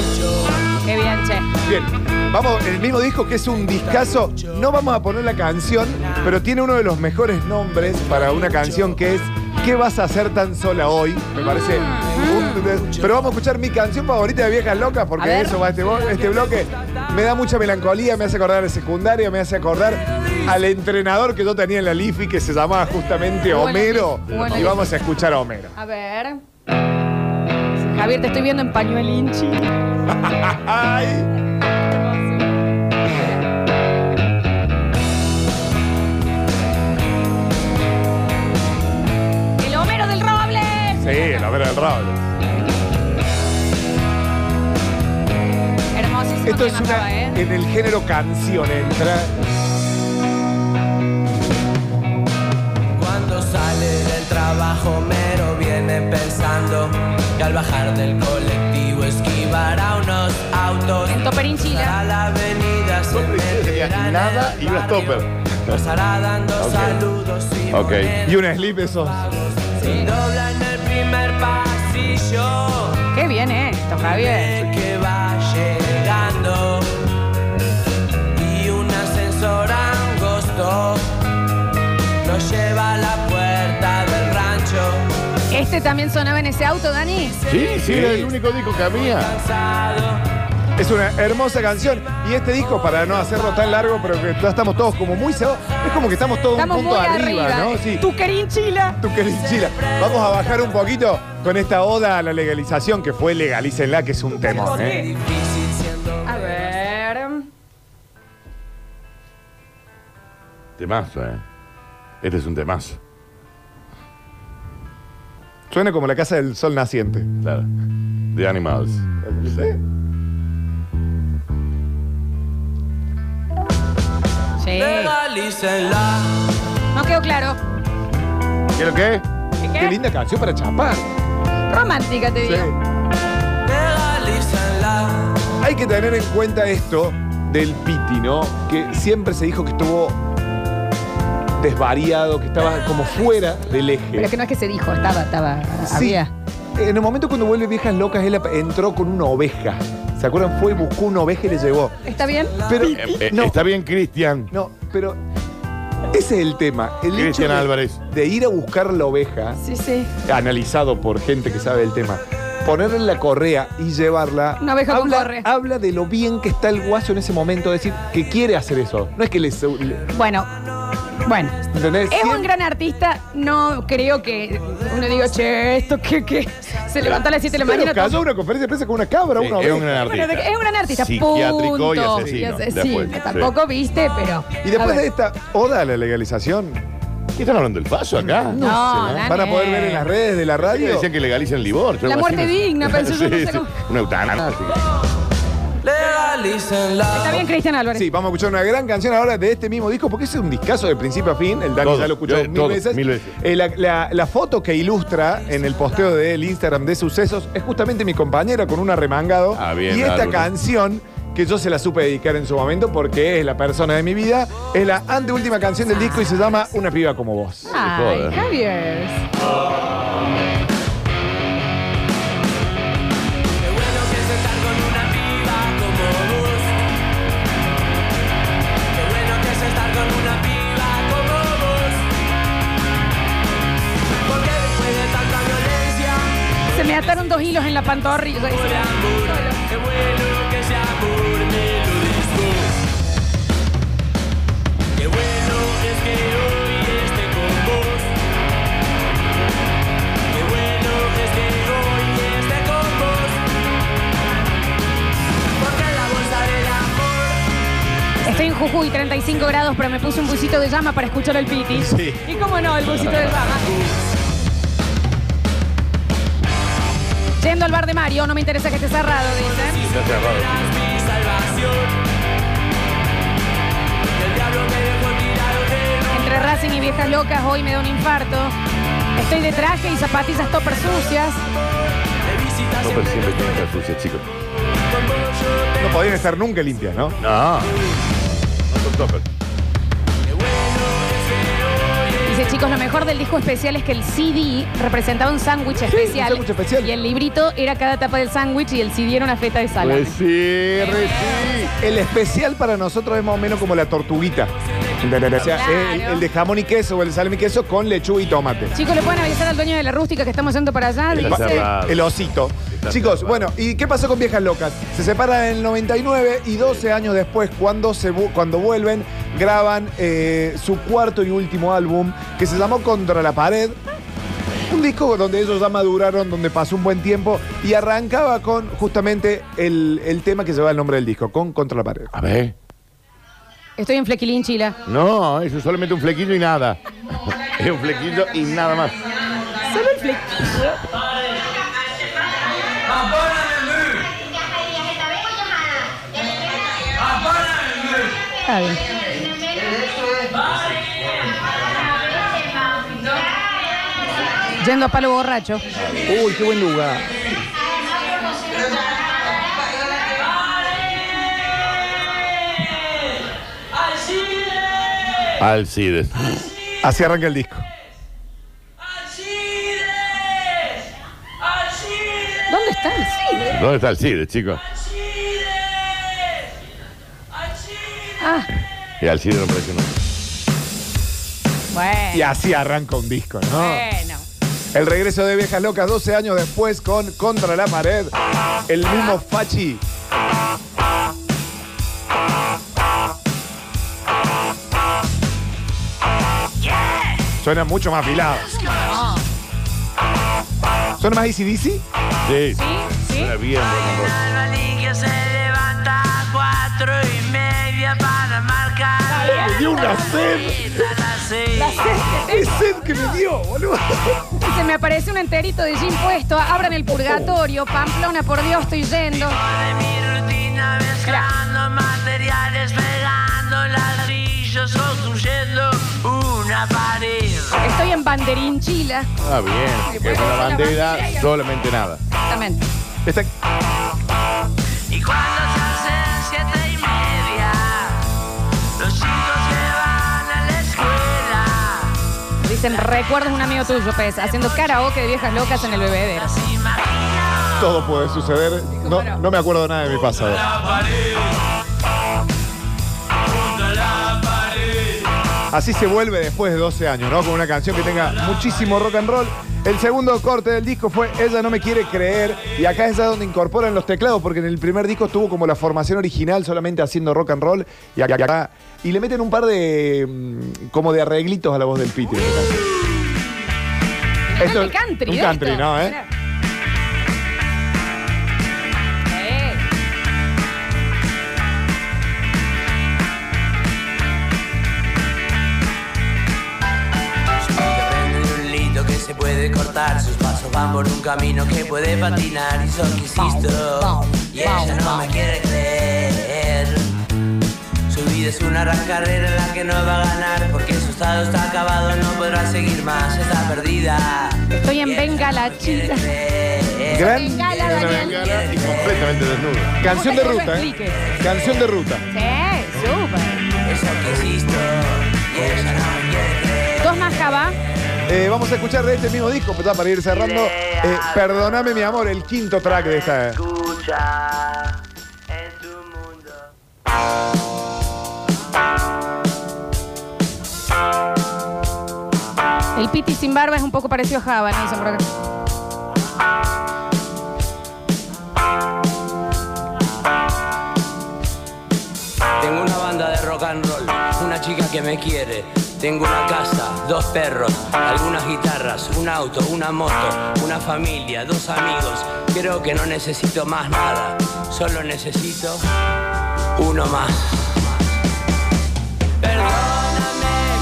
S1: Qué bien, che.
S2: Bien. Vamos, el mismo disco que es un discazo. No vamos a poner la canción, pero tiene uno de los mejores nombres para una canción que es ¿Qué vas a hacer tan sola hoy? Me parece. un- pero vamos a escuchar mi canción favorita de Viejas Locas, porque
S1: A
S2: de
S1: ver.
S2: eso va este, bo- este bloque. Me da mucha melancolía, me hace acordar de secundaria, me hace acordar al entrenador que yo tenía en la Lifi que se llamaba justamente
S1: Bueno,
S2: Homero.
S1: bueno.
S2: y vamos a escuchar a Homero.
S1: A ver. Javier, te estoy viendo en pañuelinchi.
S2: ¡Ay!
S1: ¡El Homero del Roble!
S2: Sí, la verdad, el Raúl.
S1: Hermosísimo
S2: Esto es
S1: tema, Java,
S2: una.
S1: ¿eh?
S2: En el género canción entra.
S8: Cuando sale del trabajo, Mero viene pensando que al bajar del colectivo esquivará unos autos.
S1: El Toperín Chila.
S8: Cruzará la avenida, se
S3: Toperín sería
S8: meterá en
S3: nada
S8: el
S3: y unas
S8: barrio.
S3: Topper.
S8: Pasará dando
S3: Ok.
S8: saludos y
S3: Ok.
S8: monedas.
S2: Y una slip esos.
S8: Se dobla en el primer pasillo
S1: Qué bien, ¿eh? Esto, Javier.
S8: el que va llegando y un ascensor angosto nos lleva a la puerta del rancho.
S1: Este también sonaba en ese auto, Dani.
S3: Sí, sí, era el único disco que había.
S8: Cansado,
S2: Es una hermosa canción. Y este disco, para no hacerlo tan largo, pero que ya estamos todos como muy cebados, es como que estamos todos
S1: Estamos
S2: un
S1: muy
S2: punto
S1: arriba.
S2: arriba, ¿no? Sí.
S1: Tu querinchila.
S2: Tú querés chila. Vamos a bajar un poquito con esta oda a la legalización, que fue Legalícenla, que es un temón, ¿eh?
S8: difícil siendo
S1: A ver.
S3: Temazo, ¿eh? Este es un temazo.
S2: Suena como la casa del sol naciente.
S3: Claro. The Animals.
S1: Sí.
S8: Legalícenla.
S1: No quedó claro.
S3: ¿Qué es lo que es?
S1: ¿Qué?
S2: Qué linda canción para chapar.
S1: Romántica, te
S2: Sí.
S1: digo.
S8: Legalícenla.
S2: Hay que tener en cuenta esto del Piti, ¿no? Que siempre se dijo que estuvo desvariado, que estaba como fuera del eje.
S1: Pero es que no es que se dijo, estaba, estaba,
S2: Sí.
S1: había.
S2: En el momento cuando vuelve Viejas Locas, él ap- entró con una oveja. ¿Se acuerdan? Fue, buscó una oveja y le llevó.
S1: ¿Está bien?
S2: Pero,
S3: Eh, eh,
S2: no,
S3: Está bien, Cristian.
S2: no, pero ese es el tema. El hecho
S3: Cristian
S2: de-
S3: Álvarez.
S2: De ir a buscar la oveja,
S1: Sí, sí.
S2: analizado por gente que sabe el tema, ponerle la correa y llevarla.
S1: Una oveja con
S2: habla,
S1: correa.
S2: Habla de lo bien que está el guaso en ese momento, decir que quiere hacer eso. No es que le. le-
S1: Bueno, bueno.
S2: ¿Entendés?
S1: Es un
S2: Siempre-
S1: gran artista, no creo que uno diga, che, esto que, que se levantó a las 7 de la
S2: Pero
S1: mañana.
S2: cayó
S1: todo-
S2: a una conferencia de prensa con una cabra,
S3: Sí,
S2: una
S3: es
S2: oveja.
S3: un gran artista.
S1: Bueno, de- es un gran artista,
S3: Psiquiátrico
S1: punto.
S3: y asesino, después, sí.
S1: Tampoco viste, pero.
S2: Y después
S1: a ver.
S2: de esta oda a la legalización,
S3: ¿Qué están hablando del paso acá?
S1: No, Dani.
S2: van a poder ver en las redes de la
S3: Nadie
S2: radio.
S3: decía que legalicen Libor.
S1: La muerte digna, pero eso yo no sé cómo-
S3: Una eutanasia.
S8: Legalícenla.
S1: Está bien, Cristian Álvarez.
S2: Sí, vamos a escuchar una gran canción ahora de este mismo disco, porque es un discazo de principio a fin. El Dani
S3: Todo,
S2: ya lo escuchó
S3: yo-
S2: mil,
S3: todo,
S2: veces.
S3: mil veces.
S2: Eh, la, la- la foto que ilustra en el posteo del Instagram de sucesos es justamente mi compañera con un arremangado.
S3: Ah, bien,
S2: y esta
S3: Álvaro.
S2: canción que yo se la supe dedicar en su momento porque es la persona de mi vida, es la anteúltima canción del disco y se llama Una piba como vos.
S1: Ay,
S3: joda.
S1: Javier.
S8: Qué bueno que es estar con una piba como vos. Qué bueno que es estar con una piba como vos. Porque después de tanta violencia,
S1: Se me ataron dos hilos en la pantorrilla.
S8: por amor, qué bueno que ese amor me lo des vos. Qué bueno es que hoy es
S1: Jujuy, 35 grados, pero me puse un busito de llama para escuchar el piti.
S3: Sí.
S1: Y cómo no, el busito de llama. Yendo al bar de Mario, no me interesa que esté cerrado, dicen.
S3: Está cerrado.
S8: mi salvación. El diablo me dejó tirado de no
S1: Entre Racing y viejas locas, hoy me da un infarto. Estoy de traje y zapatillas topper sucias.
S8: de
S3: No,
S8: visitación
S3: pero
S8: de
S3: siempre tiene que estar sucia, chicos.
S8: con vos yo
S2: No podían estar nunca limpias, ¿no?
S3: No. No son toppers.
S1: Dice, chicos, lo mejor del disco especial es que el CD representaba un sándwich especial.
S2: sándwich especial.
S1: Y el librito era cada tapa del sándwich y el CD era una feta de salame.
S3: Pues sí, re sí.
S2: El especial para nosotros es más o menos como la tortuguita. O sea, el, el de jamón y queso o el de salami y queso con lechuga y tomate.
S1: Chicos, ¿le pueden avisar al dueño de la rústica que estamos yendo para allá?
S3: Está
S1: Dice,
S3: cerrado.
S2: El osito.
S3: Está
S2: Chicos,
S3: cerrado.
S2: bueno, ¿y qué pasó con Viejas Locas? Se separan en el 99 y 12 años después, cuando, se vu- cuando vuelven, graban eh, su cuarto y último álbum, que se llamó Contra la Pared. Un disco donde ellos ya maduraron, donde pasó un buen tiempo y arrancaba con justamente el, el tema que lleva el nombre del disco, con Contra la Pared.
S3: A ver.
S1: Estoy en Flequilín, Chila.
S3: No, eso es solamente un flequillo y nada. es un flequillo y nada más.
S1: Solo el flequillo. Está bien. Yendo a palo borracho.
S2: Uy, qué buen lugar.
S3: Alcides.
S2: Así arranca el disco.
S8: ¡Alcides! ¡Alcides!
S1: ¿Dónde está el CD?
S3: ¿Dónde está Alcides, chicos?
S8: ¡Alcides! ¡Alcides!
S1: Ah,
S3: Y Alcides no parece nunca.
S1: bueno.
S2: Y así arranca un disco, ¿no?
S1: Bueno.
S2: El regreso de Viejas Locas 12 años después con Contra la Pared. El mismo Fachi. Suena mucho más afilado. ¿Suena más ACDC?
S3: Sí.
S1: ¿Sí? ¿Sí?
S3: Suena bien, rock and roll.
S8: Alba Ligia se levanta a cuatro y media para marcar
S2: Me dio una sed.
S8: a las seis.
S2: ¡Qué sed que me dio, boludo!
S1: Se me aparece un enterito de Jim puesto. Abran el purgatorio. Pamplona, por Dios, estoy yendo.
S8: De mi rutina mezclando materiales, pegando ladrillos, construyendo una pared.
S1: Estoy en Banderín, Chila.
S3: Ah,
S1: pues,
S3: bien. Que con la bandera, solamente nada.
S1: Exactamente.
S2: Está-
S8: Y cuando se hacen siete y media, los chicos se van a la escuela.
S1: Dicen, recuerdas un amigo tuyo, Pez, haciendo karaoke de viejas locas en el bebedero.
S8: Se imaginan
S2: Todo puede suceder. No, no me acuerdo nada de mi pasado.
S8: la pared, junto a la pared.
S2: Así se vuelve después de 12 años, ¿no? Con una canción que tenga muchísimo rock and roll. El segundo corte del disco fue Ella no me quiere creer. Y acá es ya donde incorporan los teclados, porque en el primer disco estuvo como la formación original solamente haciendo rock and roll. Y acá, acá- y le meten un par de. mm, como de arreglitos a la voz del Peter. Esto
S1: de country,
S2: Un
S1: de
S2: country,
S1: esto.
S2: ¿no? ¿eh?
S1: Mirá. Eh,
S8: Corren en un lindo que se puede cortar Sus pasos van por un camino que puede patinar Y solo que insisto Y ella no me quiere creer Su vida es una gran carrera en la que no va a ganar Porque su estado está acabado, no podrá seguir más Está perdida
S1: Estoy en
S8: Y ella
S1: Venga
S8: no
S1: la
S8: me quiere
S1: Chita.
S8: creer.
S2: Gran
S1: Bengala, Daniel.
S3: Bengala Y completamente desnuda.
S2: canción de
S1: ¿Cómo te
S2: ruta, ¿eh?
S1: expliques?
S2: Canción de ruta.
S1: Sí, súper.
S8: Eso que insisto Y ella no me quiere creer
S1: Dos más Java.
S2: Eh, vamos a escuchar de este mismo disco, pues, ya para ir cerrando. eh, Perdóname, mi amor, el quinto track de esta. eh.
S8: Escucha en tu mundo
S1: El Piti sin barba es un poco parecido a Java, ¿no? Dicen por acá.
S8: Tengo una banda de rock and roll, una chica que me quiere. Tengo una casa, dos perros, algunas guitarras, un auto, una moto, una familia, dos amigos. Creo que no necesito más nada, solo necesito uno más. Perdóname,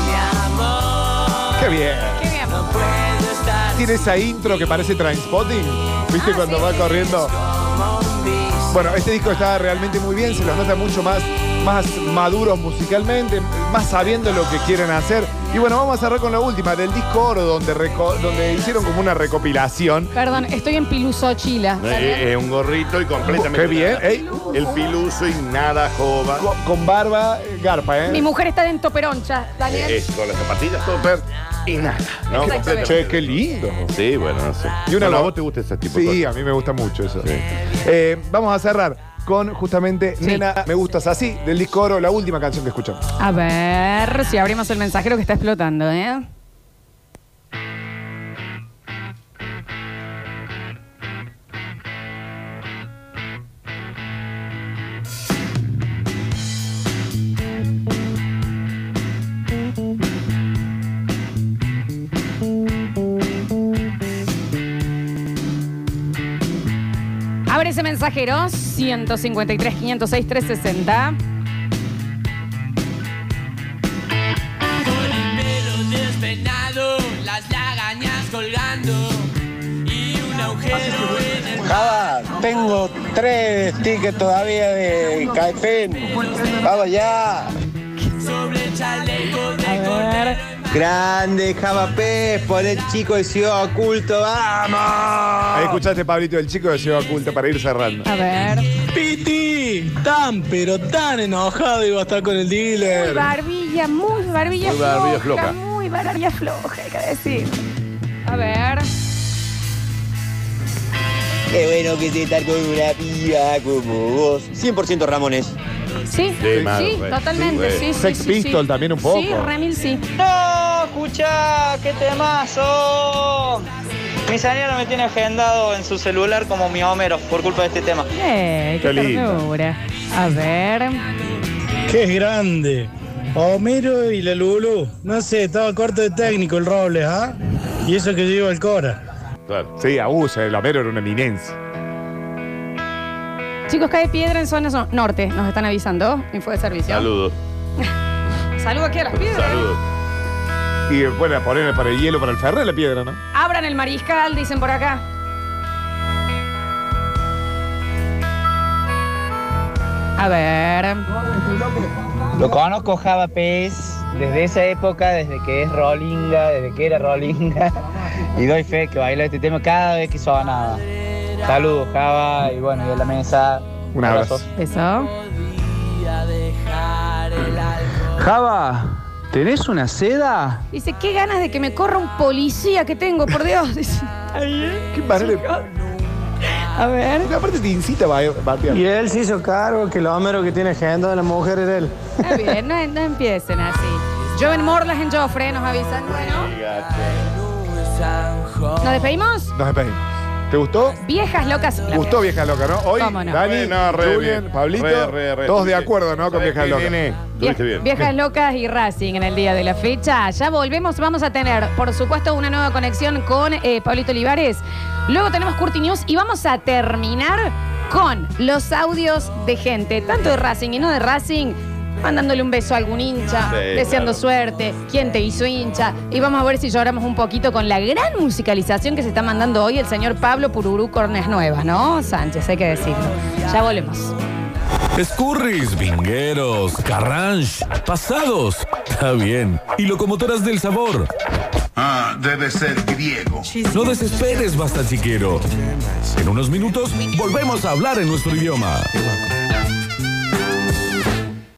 S8: mi amor.
S2: Qué bien.
S1: Qué bien.
S8: No puedo estar
S2: Tiene esa intro que parece Trainspotting. ¿Viste
S1: Ah,
S2: cuando
S1: sí,
S2: va
S1: sí,
S2: corriendo?
S8: como un bicho.
S2: Bueno, este disco está realmente muy bien, se los nota mucho más, más maduros musicalmente, más sabiendo lo que quieren hacer. Y bueno, vamos a cerrar con la última, del disco oro, donde, reco- donde hicieron como una recopilación.
S1: Perdón, estoy en Pilusochila.
S3: No, Es es un gorrito y completamente.
S2: Qué bien,
S3: nada.
S2: ey.
S3: El piluso y nada jova.
S2: Con, con barba, eh, garpa, ¿eh?
S1: Mi mujer está en Toperoncha, Daniel.
S3: Eh, con las zapatillas todo per y nada. ¿no?
S1: Exactamente.
S3: Completamente.
S2: Che, qué lindo.
S3: Sí, bueno, no sé.
S2: Y una
S3: Bueno, ¿A
S2: go-
S3: vos te gusta ese tipo de
S2: Sí,
S3: cosas?
S2: a mí me gusta mucho eso. Eh, vamos a cerrar con justamente Nena, me gustas así, del disco oro, la última canción que escuchamos.
S1: A ver si abrimos el mensajero que está explotando, ¿eh? Abre ese mensajero, 153, 506, 360.
S8: Pelo despenado, las lagañas colgando y un agujero en el
S9: tengo tres tickets todavía de Caipín. Vamos ya.
S8: sobre el chaleco de
S1: A ver.
S9: Grande Javapés, por el chico de Ciudad Oculto, vamos.
S2: Ahí escuchaste, Pablito, el chico de Ciudad Oculta para ir cerrando.
S1: A ver.
S9: Piti, tan pero tan enojado iba a estar con el
S1: Muy
S9: dealer.
S1: barbilla, muy barbilla
S3: Muy
S1: floja.
S3: barbilla floja.
S1: Muy barbilla floja, hay que decir. A ver.
S9: Qué bueno que se estar con una piba como vos. 100% Ramones.
S1: Sí,
S3: Sí,
S1: sí,
S3: madre,
S1: totalmente.
S3: sí,
S1: Sí,
S3: güey.
S1: sí,
S2: Sex
S1: sí,
S2: Pistol
S1: sí.
S2: también un poco.
S1: Sí, Remil sí.
S10: No, escuchá, qué temazo. Mi señora me tiene agendado en su celular como mi Homero por culpa de este tema.
S1: Eh, qué
S3: Qué lindo.
S1: ternura. A ver.
S9: Qué es grande. Homero y la Lulu. No sé, estaba corto de técnico el Robles, ¿ah? Y eso que yo iba al Cora.
S3: Claro.
S2: Sí, abusa, el Homero era una eminencia.
S1: Chicos, cae piedra en zona so- norte. Nos están avisando. Info de servicio.
S3: Saludos.
S1: Saludos aquí a las piedras.
S3: Saludos.
S2: Y bueno, poner para el hielo, para el ferro la piedra, ¿no?
S1: Abran el mariscal, dicen por acá. A ver.
S10: Lo conozco Javapés desde esa época, desde que es Rollinga, desde que era Rollinga. Y doy fe que bailó este tema cada vez que sonaba. Saludos, Java, y bueno, y a la mesa.
S2: Un abrazo.
S1: Eso.
S8: día dejar el alcohol.
S10: Java, ¿tenés una seda?
S1: Dice, qué ganas de que me corra un policía que tengo, por Dios. Dice, "Está bien".
S2: Qué manera.
S1: A ver.
S2: Pero aparte te incita a batear.
S9: Y él se hizo cargo que el Homero que tiene agenda de la mujer era él.
S1: Está bien, no, no empiecen así. Joven Morlas en Joffre nos avisan. Bueno, ¿nos despedimos?
S2: Nos despedimos. ¿Te gustó?
S1: Viejas locas. La
S2: Gustó Vieja Loca, ¿no? Hoy,
S1: Cómo no.
S2: Dani,
S3: Bueno, re
S2: Julian,
S3: bien.
S2: Pablito,
S3: Re, re, re.
S2: todos de
S3: Estuviste-
S2: acuerdo, ¿no? Con
S3: ¿Sabés
S2: Vieja
S3: qué,
S2: Loca.
S3: nene?
S1: Vie-
S3: Estuviste bien.
S1: Viejas locas y Racing en el día de la fecha. Ya volvemos, vamos a tener, por supuesto, una nueva conexión con eh, Pablito Olivares. Luego tenemos Curti News y vamos a terminar con los audios de gente, tanto de Racing y no de Racing, mandándole un beso a algún hincha,
S3: Sí,
S1: deseando
S3: claro.
S1: suerte, quién te hizo hincha. Y vamos a ver si lloramos un poquito con la gran musicalización que se está mandando hoy el señor Pablo Pururú Cornes Nuevas, ¿no? Sánchez, hay que decirlo. Ya volvemos.
S11: Escurris, vingueros, carranche, pasados. Está bien. Y locomotoras del sabor.
S7: Ah, debe ser griego.
S11: No desesperes, basta chiquero. En unos minutos volvemos a hablar en nuestro idioma.